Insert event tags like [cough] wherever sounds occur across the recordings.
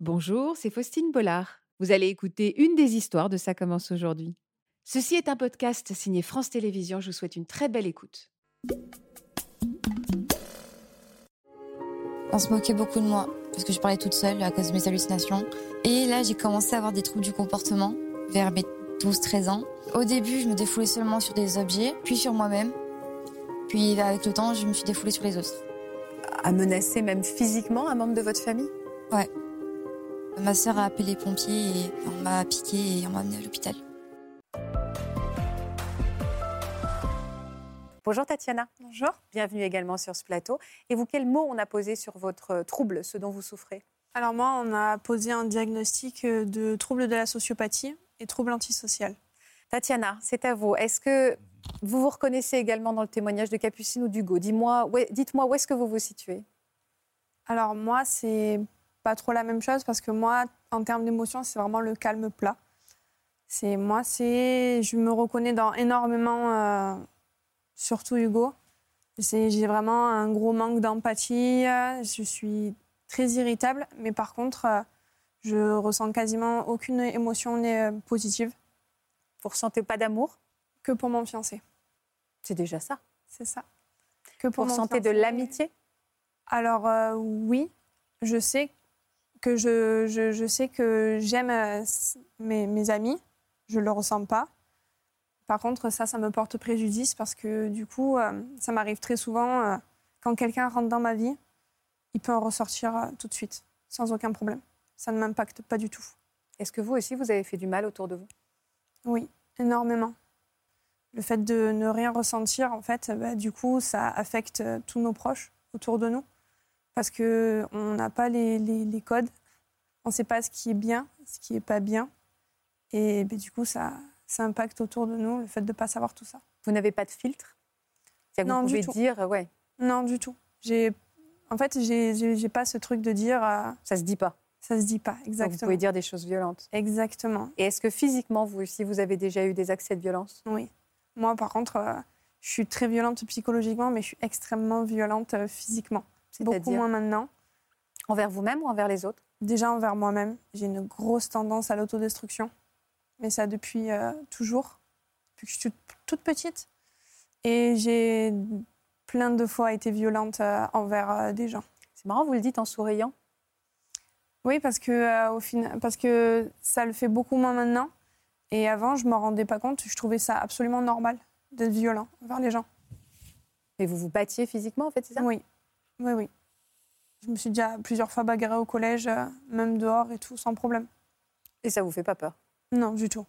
Bonjour, c'est Faustine Bollard. Vous allez écouter une des histoires de Ça commence aujourd'hui. Ceci est un podcast signé France Télévisions. Je vous souhaite une très belle écoute. On se moquait beaucoup de moi parce que je parlais toute seule à cause de mes hallucinations. Et là, j'ai commencé à avoir des troubles du comportement vers mes 12-13 ans. Au début, je me défoulais seulement sur des objets, puis sur moi-même. Puis avec le temps, je me suis défoulée sur les autres. À menacer même physiquement un membre de votre famille Ouais. Ma sœur a appelé les pompiers et on m'a piqué et on m'a amené à l'hôpital. Bonjour Tatiana. Bonjour. Bienvenue également sur ce plateau. Et vous, quels mots on a posé sur votre euh, trouble, ce dont vous souffrez Alors moi, on a posé un diagnostic euh, de trouble de la sociopathie et trouble antisocial. Tatiana, c'est à vous. Est-ce que vous vous reconnaissez également dans le témoignage de Capucine ou d'Hugo Dis-moi, où est- Dites-moi où est-ce que vous vous situez Alors moi, c'est pas trop la même chose parce que moi, en termes d'émotion, c'est vraiment le calme plat. C'est moi, c'est je me reconnais dans énormément, euh, surtout Hugo. C'est- J'ai vraiment un gros manque d'empathie. euh, Je suis très irritable, mais par contre, euh, je ressens quasiment aucune émotion euh, positive Vous ressentez pas d'amour que pour mon fiancé. C'est déjà ça. C'est ça. Que Vous pour mon ressentez de fiancé. l'amitié Alors euh, oui, je sais que je, je- je sais que j'aime euh, s- mes, mes amis, je le ressens pas. Par contre, ça, ça me porte préjudice parce que du coup, euh, ça m'arrive très souvent euh, quand quelqu'un rentre dans ma vie, il peut en ressortir euh, tout de suite, sans aucun problème. Ça ne m'impacte pas du tout. Est-ce que vous aussi, vous avez fait du mal autour de vous Oui, énormément. Le fait de ne rien ressentir, en fait, bah, du coup, ça affecte euh, tous nos proches autour de nous. Parce qu'on n'a pas les, les- les codes. On ne sait pas ce qui est bien, ce qui n'est pas bien. Et bah, du coup, ça, ça impacte autour de nous, le fait de ne pas savoir tout ça. Vous n'avez pas de filtre C'est-à-dire que Non, vous du pouvez tout. dire, euh, ouais, Non, du tout. J'ai- En fait, j'ai- j'ai j'ai pas ce truc de dire euh, ça se dit pas. ça se dit pas, Donc vous exactement. pouvez dire des choses violentes. Exactement, Et est-ce que physiquement, vous aussi, vous avez déjà eu des accès de violence oui. Moi, par contre, euh, je suis très violente psychologiquement, mais je suis extrêmement violente euh, physiquement. beaucoup C'est-à-dire moins maintenant. envers vous-même ou envers les autres Déjà envers moi-même, j'ai une grosse tendance à l'autodestruction. Mais ça depuis euh, toujours, depuis que je suis toute, toute petite. Et j'ai plein de fois été violente euh, envers euh, des gens. C'est marrant, vous le dites en souriant. Oui, parce que, euh, au final, parce que ça le fait beaucoup moins maintenant. Et avant, je m'en rendais pas compte. Je trouvais ça absolument normal d'être violent envers les gens. Mais vous vous battiez physiquement, en fait, c'est ça Oui, oui, oui. Je me suis déjà plusieurs fois bagarrée au collège, euh, même dehors et tout, sans problème. Et ça vous fait pas peur Non, du tout.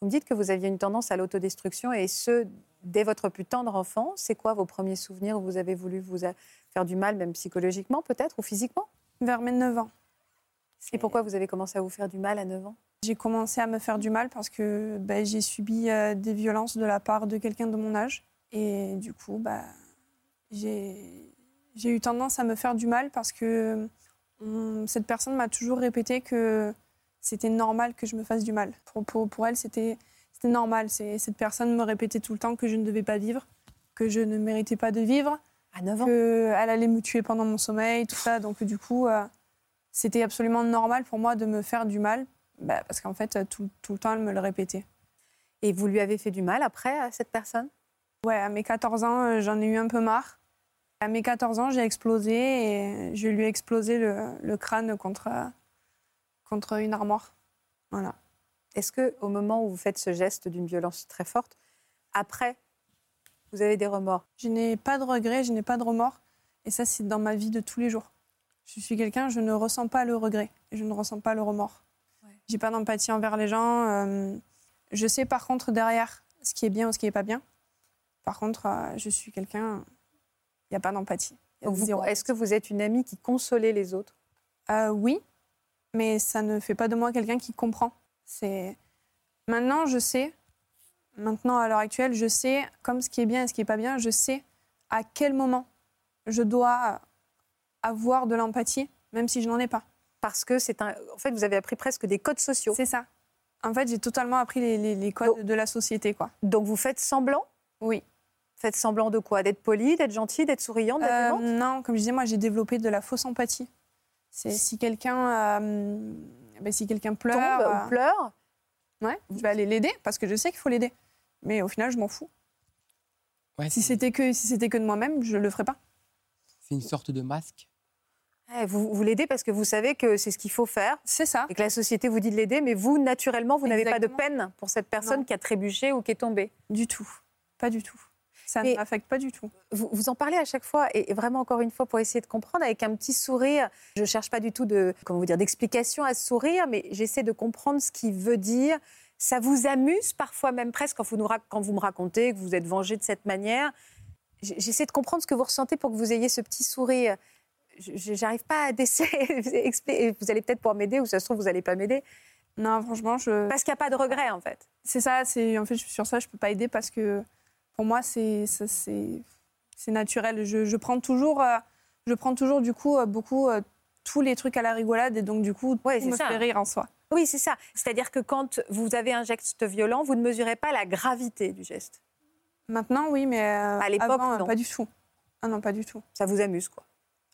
Vous me dites que vous aviez une tendance à l'autodestruction et ce, dès votre plus tendre enfant. C'est quoi vos premiers souvenirs où vous avez voulu vous a- faire du mal, même psychologiquement peut-être, ou physiquement Vers mes 9 ans. Et pourquoi vous avez commencé à vous faire du mal à 9 ans J'ai commencé à me faire du mal parce que ben, j'ai subi euh, des violences de la part de quelqu'un de mon âge. Et du coup, bah, j'ai j'ai eu tendance à me faire du mal parce que hum, cette personne m'a toujours répété que c'était normal que je me fasse du mal. Pour, pour, pour elle, c'était c'était normal. C'est- Cette personne me répétait tout le temps que je ne devais pas vivre, que je ne méritais pas de vivre, À 9 ans qu'elle allait me tuer pendant mon sommeil, tout ça. Donc du coup, euh, c'était absolument normal pour moi de me faire du mal, bah, parce qu'en fait, euh, tout, tout le temps, elle me le répétait. Et vous lui avez fait du mal après à cette personne Ouais, à mes 14 ans, euh, j'en ai eu un peu marre. À mes 14 ans, j'ai explosé et je lui ai explosé le, le crâne contre, euh, contre une armoire. Voilà. Est-ce que au moment où vous faites ce geste d'une violence très forte, après, vous avez des remords Je n'ai pas de regrets, je n'ai pas de remords. Et ça, c'est dans ma vie de tous les jours. Je suis quelqu'un, je ne ressens pas le regret, et je ne ressens pas le remords. Ouais. J'ai pas d'empathie envers les gens. euh, je sais par contre derrière ce qui est bien ou ce qui n'est pas bien. Par contre, euh, je suis quelqu'un, il n'y a pas d'empathie. Il y a Donc, vous- zéro. Est-ce que vous êtes une amie qui consolait les autres Euh, oui, mais ça ne fait pas de moi quelqu'un qui comprend. C'est maintenant, je sais. Maintenant, à l'heure actuelle, je sais comme ce qui est bien et ce qui est pas bien. Je sais à quel moment je dois avoir de l'empathie, même si je n'en ai pas. Parce que c'est un. En fait, vous avez appris presque des codes sociaux. C'est ça. En fait, j'ai totalement appris les, les- les codes Donc- de la société, quoi. Donc vous faites semblant Oui. Faites semblant de quoi D'être poli, d'être gentil, d'être souriant, d'être Euh, aimant non, comme je disais, moi, j'ai développé de la fausse empathie. C'est si quelqu'un euh, ben, si quelqu'un pleure, Tombe euh, ou pleure, ouais, je vais aller l'aider parce que je sais qu'il faut l'aider. Mais au final, je m'en fous. Ouais, Si c'était que si c'était que de moi-même, je le ferais pas. c'est une sorte de masque. eh, vous, vous l'aidez parce que vous savez que c'est ce qu'il faut faire C'est ça. et que la société vous dit de l'aider, mais vous, naturellement, vous n'avez pas de Exactement. peine pour cette personne Non. qui a trébuché ou qui est tombée. Du tout. Pas du tout. Ça Mais- ne m'affecte pas du tout. vous, vous en parlez à chaque fois et et vraiment encore une fois pour essayer de comprendre avec un petit sourire. Je cherche pas du tout de comment vous dire d'explication à ce sourire, mais j'essaie de comprendre ce qu'il veut dire. Ça vous amuse parfois même presque quand vous, nous rac- quand vous me racontez que vous êtes vengé de cette manière. J- J'essaie de comprendre ce que vous ressentez pour que vous ayez ce petit sourire. Je- je- J'arrive pas à déceler. expli- [laughs] Vous allez peut-être pouvoir m'aider ou ça se trouve vous allez pas m'aider Non, franchement, je. parce qu'il n'y a pas de regret en fait. C'est ça. C'est en fait je- sur ça, je peux pas aider parce que pour moi, c'est ça, c'est c'est naturel. Je, je prends toujours euh, je prends toujours du coup euh, beaucoup euh, tous les trucs à la rigolade et donc du coup Ouais, tout c'est me ça. fait rire en soi. Oui, c'est ça. C'est-à-dire que quand vous avez un geste violent, vous ne mesurez pas la gravité du geste. Maintenant, oui, mais euh, À l'époque, avant, euh, non. pas du tout. Ah non, pas du tout. Ça vous amuse quoi.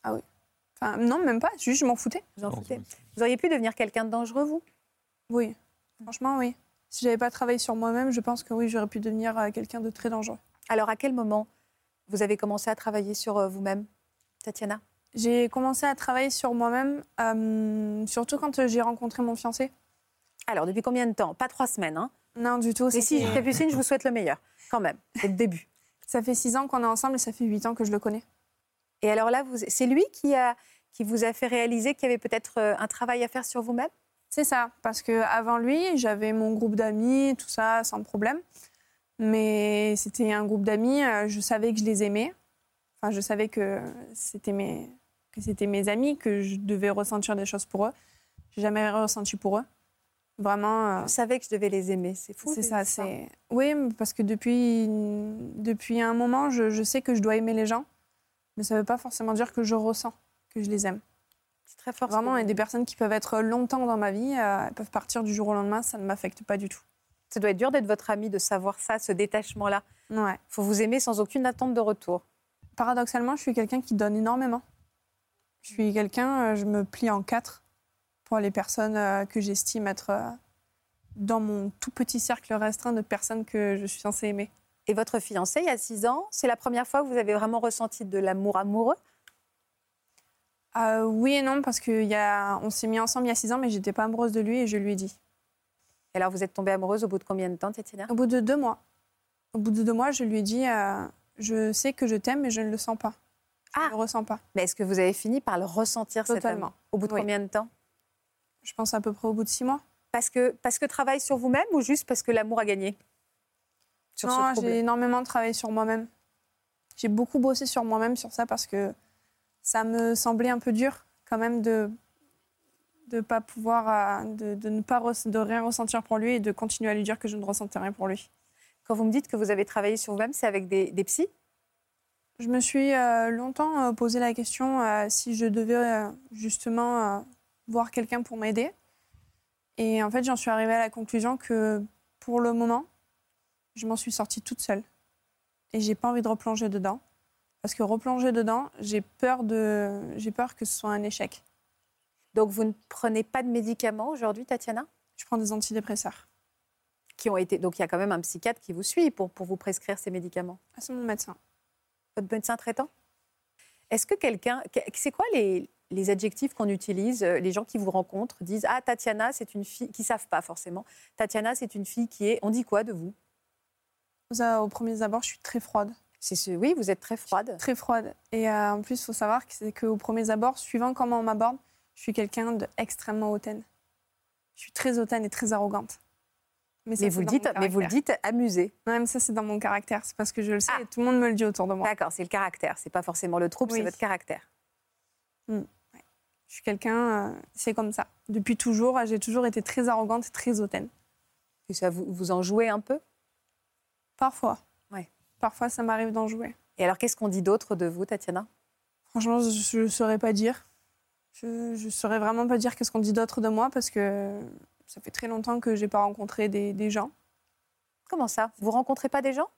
Enfin, non, même pas. Juste, je m'en foutais. Vous en foutez. Vous auriez pu devenir quelqu'un de dangereux, vous Oui. Mm. Franchement, oui. Si j'avais pas travaillé sur moi-même, je pense que oui, j'aurais pu devenir euh, quelqu'un de très dangereux. Alors, à quel moment vous avez commencé à travailler sur euh, vous-même, Tatiana J'ai commencé à travailler sur moi-même, euh, surtout quand euh, j'ai rencontré mon fiancé. Alors, depuis combien de temps Pas trois semaines, hein Non, du tout. Mais Ça, si j'ai fait, trébuchine, je vous souhaite le meilleur, quand même. C'est le début. ça fait six ans qu'on est ensemble et ça fait huit ans que je le connais. Et alors là, vous- c'est lui qui, a, qui vous a fait réaliser qu'il y avait peut-être euh, un travail à faire sur vous-même C'est ça, parce que avant lui, j'avais mon groupe d'amis, tout ça, sans problème. Mais c'était un groupe d'amis, euh, je savais que je les aimais. Enfin, je savais que c'était mes, que c'était mes amis, que je devais ressentir des choses pour eux. J'ai jamais ressenti pour eux. Vraiment. euh, Vous savez que je devais les aimer, c'est fou. C'est de ça, dire c'est. Oui, mais parce que depuis, depuis un moment, je, je sais que je dois aimer les gens, mais ça ne veut pas forcément dire que je ressens que je les aime. C'est très fort. ce que Vraiment, vous il y a des dites. personnes qui peuvent être longtemps dans ma vie, euh, elles peuvent partir du jour au lendemain, ça ne m'affecte pas du tout. Ça doit être dur d'être votre ami, de savoir ça, ce détachement-là. Ouais. Il faut vous aimer sans aucune attente de retour. Paradoxalement, je suis quelqu'un qui donne énormément. Je suis quelqu'un, euh, je me plie en quatre pour les personnes euh, que j'estime être euh, dans mon tout petit cercle restreint de personnes que je suis censée aimer. Et votre fiancé, il y a six ans, c'est la première fois que vous avez vraiment ressenti de l'amour amoureux Euh, oui et non, parce qu'on s'est mis ensemble il y a six ans, mais j'étais pas amoureuse de lui et je lui ai dit. Et Alors, vous êtes tombée amoureuse au bout de combien de temps, Tatiana Au bout de deux mois, au bout de deux mois, je lui ai dit euh, Je sais que je t'aime, mais je ne le sens pas. Je Ah. ne le ressens pas. Mais est-ce que vous avez fini par le ressentir cet Totalement. amour Au bout de Oui. combien de temps Je pense à peu près au bout de six mois. parce que, parce que travail sur vous-même ou juste parce que l'amour a gagné Sur ce non, trouble. j'ai énormément travaillé sur moi-même. J'ai beaucoup bossé sur moi-même sur ça parce que ça me semblait un peu dur quand même de de pas pouvoir euh, de, de ne pas res- de rien ressentir pour lui et de continuer à lui dire que je ne ressentais rien pour lui. Quand vous me dites que vous avez travaillé sur vous-même, c'est avec des, des psys Je me suis euh, longtemps euh, posé la question euh, si je devais euh, justement euh, voir quelqu'un pour m'aider. Et en fait, j'en suis arrivée à la conclusion que pour le moment, je m'en suis sortie toute seule. Et j'ai pas envie de replonger dedans. Parce que replonger dedans, j'ai peur, de... j'ai peur que ce soit un échec. Donc, vous ne prenez pas de médicaments aujourd'hui, Tatiana Je prends des antidépresseurs. qui ont été... Donc, il y a quand même un psychiatre qui vous suit pour, pour vous prescrire ces médicaments. Ah, c'est mon médecin. Votre médecin traitant Est-ce que quelqu'un... que- C'est quoi les, les adjectifs qu'on utilise euh, Les gens qui vous rencontrent disent « Ah, Tatiana, c'est une fille... » qui savent pas forcément. « Tatiana, c'est une fille qui est... » On dit quoi de vous Aux, aux premiers abords, je suis très froide. C'est ce... Oui, vous êtes très froide. Très froide. Et euh, en plus, il faut savoir que c'est qu'aux premiers abords, suivant comment on m'aborde, je suis quelqu'un d'extrêmement hautaine. Je suis très hautaine et très arrogante. ça, Mais c'est vous, le dans mon dites, mais vous le caractère. dites amusé. Non, mais ça, c'est dans mon caractère. C'est parce que je le sais Ah. et tout le monde me le dit autour de moi. D'accord, c'est le caractère. C'est pas forcément le trouble, c'est Oui. votre caractère. Je suis quelqu'un, euh, c'est comme ça. Depuis toujours, j'ai toujours été très arrogante et très hautaine. Et ça, vous, vous en jouez un peu Parfois. Ouais. Parfois, ça m'arrive d'en jouer. Et alors, qu'est-ce qu'on dit d'autre de vous, Tatiana Franchement, je ne saurais pas dire. Je ne saurais vraiment pas dire qu'est-ce qu'on dit d'autre de moi parce que ça fait très longtemps que j'ai pas rencontré des- des gens. Comment ça Vous rencontrez pas des gens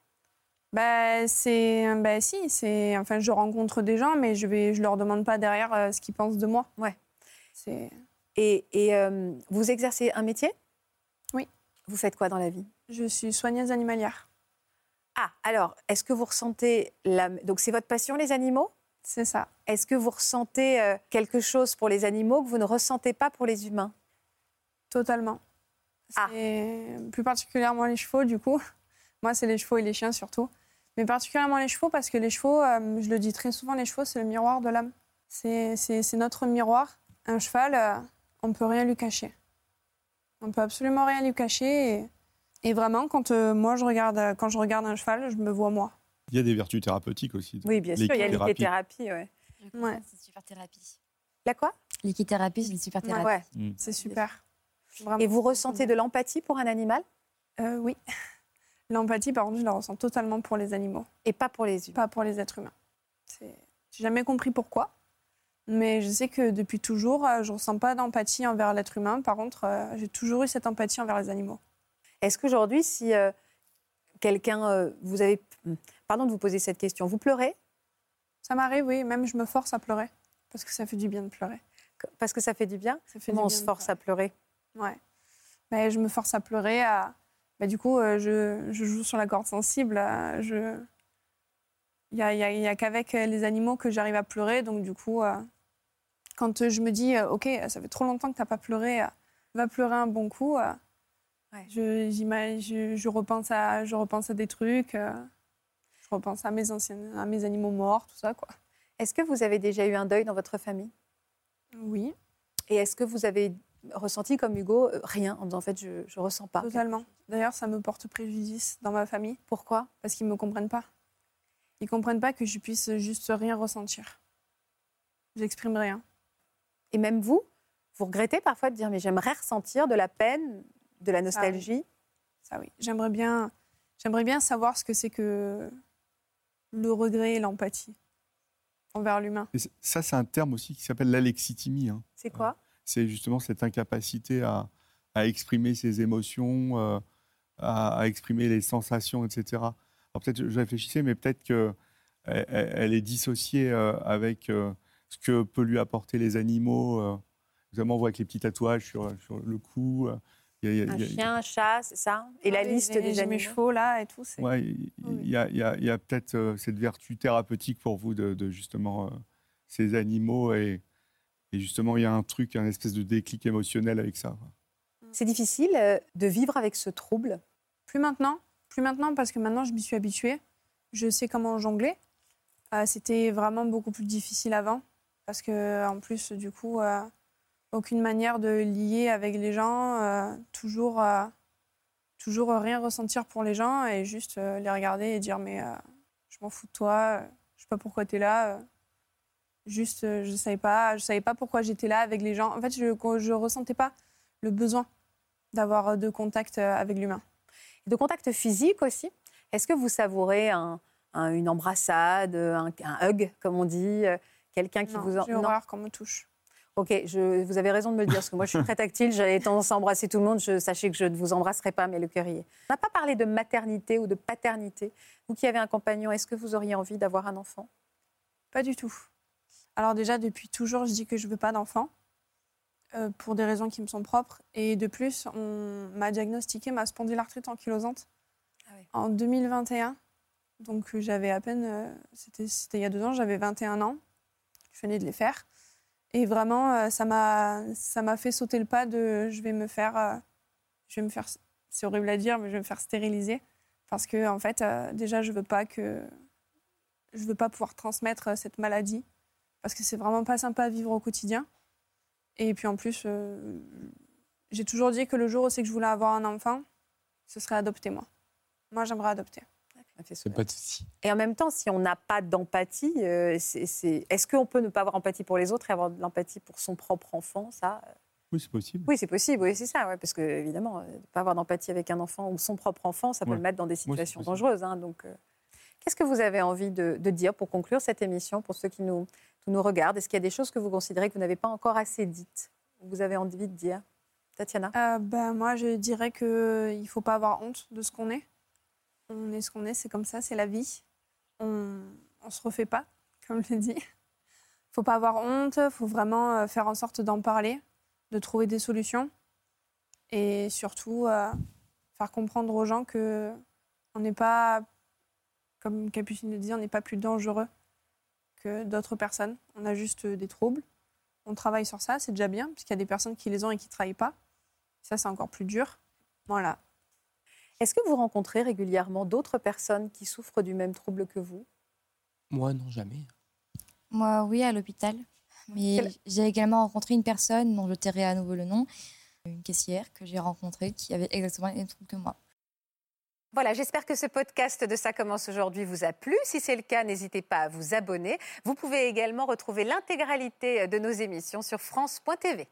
Bah, c'est. Bah, euh, si, c'est. Enfin, je rencontre des gens, mais je vais je leur demande pas derrière euh, ce qu'ils pensent de moi. C'est- Et, et, euh, vous exercez un métier Oui. Vous faites quoi dans la vie Je suis soigneuse animalière. Ah, alors, est-ce que vous ressentez la... Donc c'est votre passion, les animaux C'est ça. Est-ce que vous ressentez euh, quelque chose pour les animaux que vous ne ressentez pas pour les humains Totalement. Ah. C'est Plus particulièrement les chevaux, du coup. [laughs] Moi, c'est les chevaux et les chiens surtout. Mais particulièrement les chevaux, parce que les chevaux, euh, je le dis très souvent, les chevaux, c'est le miroir de l'âme. C'est- C'est c'est notre miroir. Un cheval, euh, on ne peut rien lui cacher. On ne peut absolument rien lui cacher. Et, et vraiment, quand, euh, moi, je regarde, euh, quand je regarde un cheval, je me vois moi. Il y a des vertus thérapeutiques aussi. Oui, bien sûr, il y a l'ithérapie, L'équithérapie. ouais. Ouais. C'est super thérapie. La quoi L'équithérapie, c'est une super thérapie. Ouais. C'est super. Vraiment. Et vous ressentez de l'empathie pour un animal Euh, Oui. [laughs] L'empathie, par contre, je la ressens totalement pour les animaux. et pas pour les humains pas pour les êtres humains. C'est- J'ai jamais compris pourquoi, mais je sais que depuis toujours, euh, je ressens pas d'empathie envers l'être humain. Par contre, euh, j'ai toujours eu cette empathie envers les animaux. Est-ce qu'aujourd'hui, si euh, quelqu'un, euh, vous avez, pardon de vous poser cette question, vous pleurez Ça m'arrive, oui, même je me force à pleurer parce que ça fait du bien de pleurer. parce que ça fait du bien Ça fait du Comment on bien se de force à pleurer Ouais. Mais je me force à pleurer. À... Bah, du coup, euh, je, je joue sur la corde sensible. euh, je... Il n'y a, il y a- il y a qu'avec euh, les animaux que j'arrive à pleurer. Donc, du coup, euh, quand euh, je me dis, euh, OK, ça fait trop longtemps que tu n'as pas pleuré, euh, va pleurer un bon coup, euh, Ouais. je, j'ima- je, je repense à, je repense à des trucs. euh, je repense à mes, anciennes, à mes animaux morts, tout ça, quoi. Est-ce que vous avez déjà eu un deuil dans votre famille Oui, Et est-ce que vous avez ressenti comme Hugo euh, rien en disant en fait je ne ressens pas totalement. D'ailleurs, ça me porte préjudice dans ma famille. Pourquoi parce qu'ils ne me comprennent pas. Ils ne comprennent pas que je puisse juste rien ressentir. J'exprime rien. Et même vous, vous regrettez parfois de dire mais j'aimerais ressentir de la peine, de la nostalgie. Ça oui, j'aimerais bien, j'aimerais bien savoir ce que c'est que le regret et l'empathie envers l'humain. Et c- ça, c'est un terme aussi qui s'appelle l'alexithymie. hein. C'est quoi C'est justement cette incapacité à, à exprimer ses émotions, euh, à, à exprimer les sensations, etc. Alors peut-être, je réfléchissais, mais peut-être qu'elle elle est dissociée euh, avec euh, ce que peut lui apporter les animaux. euh. notamment, on voit avec les petits tatouages sur, sur le cou. euh, il y a- il y a- Un il y a- chien, un chat, c'est ça Ah, Et la Oui, liste j'ai- des j'ai mes animaux chevaux là et tout. c'est- Ouais, il Oui. il y a, il y a- il y a peut-être euh, cette vertu thérapeutique pour vous de, de justement euh, ces animaux et, et justement il y a un truc, un espèce de déclic émotionnel avec ça. quoi. C'est difficile euh, de vivre avec ce trouble. Plus maintenant, plus maintenant parce que maintenant je m'y suis habituée. Je sais comment jongler. Euh, C'était vraiment beaucoup plus difficile avant parce que en plus du coup euh, aucune manière de lier avec les gens, euh, toujours euh, toujours rien ressentir pour les gens et juste euh, les regarder et dire mais euh, je m'en fous de toi, euh, je sais pas pourquoi t'es là. euh, Juste, euh, je savais pas, je savais pas pourquoi j'étais là avec les gens. En fait, je, je ressentais pas le besoin d'avoir de contact euh, avec l'humain. De contact physique aussi. Est-ce que vous savourez un- un- une embrassade, un, un hug, comme on dit euh, Quelqu'un qui Non, vous en... j'ai Non. horreur qu'on me touche. Ok, je- vous avez raison de me le dire, parce que moi je suis très tactile, j'avais tendance à embrasser tout le monde, je, sachez que je ne vous embrasserai pas, mais le cœur y est. On n'a pas parlé de maternité ou de paternité. Vous qui avez un compagnon, est-ce que vous auriez envie d'avoir un enfant Pas du tout. Alors déjà, depuis toujours, je dis que je veux pas d'enfant, euh, pour des raisons qui me sont propres. Et de plus, on m'a diagnostiqué ma spondylarthrite ankylosante Ah oui. en 2021. Donc euh, j'avais à peine, euh, c'était c'était il y a deux ans, j'avais 21 ans. Je venais de les faire. Et vraiment, euh, ça m'a ça m'a fait sauter le pas de je vais me faire, euh, je vais me faire, c'est horrible à dire, mais je vais me faire stériliser. Parce que en fait, euh, déjà, je veux pas que je veux pas pouvoir transmettre euh, cette maladie parce que c'est vraiment pas sympa à vivre au quotidien. Et puis en plus, euh, j'ai toujours dit que le jour où c'est que je voulais avoir un enfant, ce serait adopter moi. Moi, j'aimerais adopter. Ça fait C'est sourire. pas de souci. Et en même temps, si on n'a pas d'empathie, euh, c'est- c'est- est-ce qu'on peut ne pas avoir empathie pour les autres et avoir de l'empathie pour son propre enfant ça euh, Oui, c'est possible. Oui, c'est possible, oui, c'est ça, ouais, parce que évidemment, euh, ne pas avoir d'empathie avec un enfant ou son propre enfant, ça peut Ouais. le mettre dans des situations possible. dangereuses. hein, donc, euh, qu'est-ce que vous avez envie de, de dire pour conclure cette émission, pour ceux qui nous, qui nous regardent Est-ce qu'il y a des choses que vous considérez que vous n'avez pas encore assez dites ou que Vous avez envie de dire Tatiana Euh, ben, moi, je dirais qu'il ne faut pas avoir honte de ce qu'on est. On est ce qu'on est, c'est comme ça, c'est la vie. On ne se refait pas, comme je l'ai dit. faut pas avoir honte, faut vraiment euh, faire en sorte d'en parler, de trouver des solutions et surtout euh, faire comprendre aux gens que on n'est pas, comme Capucine le disait, on n'est pas plus dangereux que d'autres personnes. On a juste euh, des troubles. On travaille sur ça, c'est déjà bien, puisqu'il y a des personnes qui les ont et qui ne travaillent pas. Ça, c'est encore plus dur. Voilà. Est-ce que vous rencontrez régulièrement d'autres personnes qui souffrent du même trouble que vous Moi, non, jamais. Moi, oui, à l'hôpital. Mais Quel- j'ai également rencontré une personne dont je tairai à nouveau le nom, une caissière que j'ai rencontrée qui avait exactement les mêmes troubles que moi. Voilà, j'espère que ce podcast de Ça commence aujourd'hui vous a plu. Si c'est le cas, n'hésitez pas à vous abonner. Vous pouvez également retrouver l'intégralité de nos émissions sur France.tv.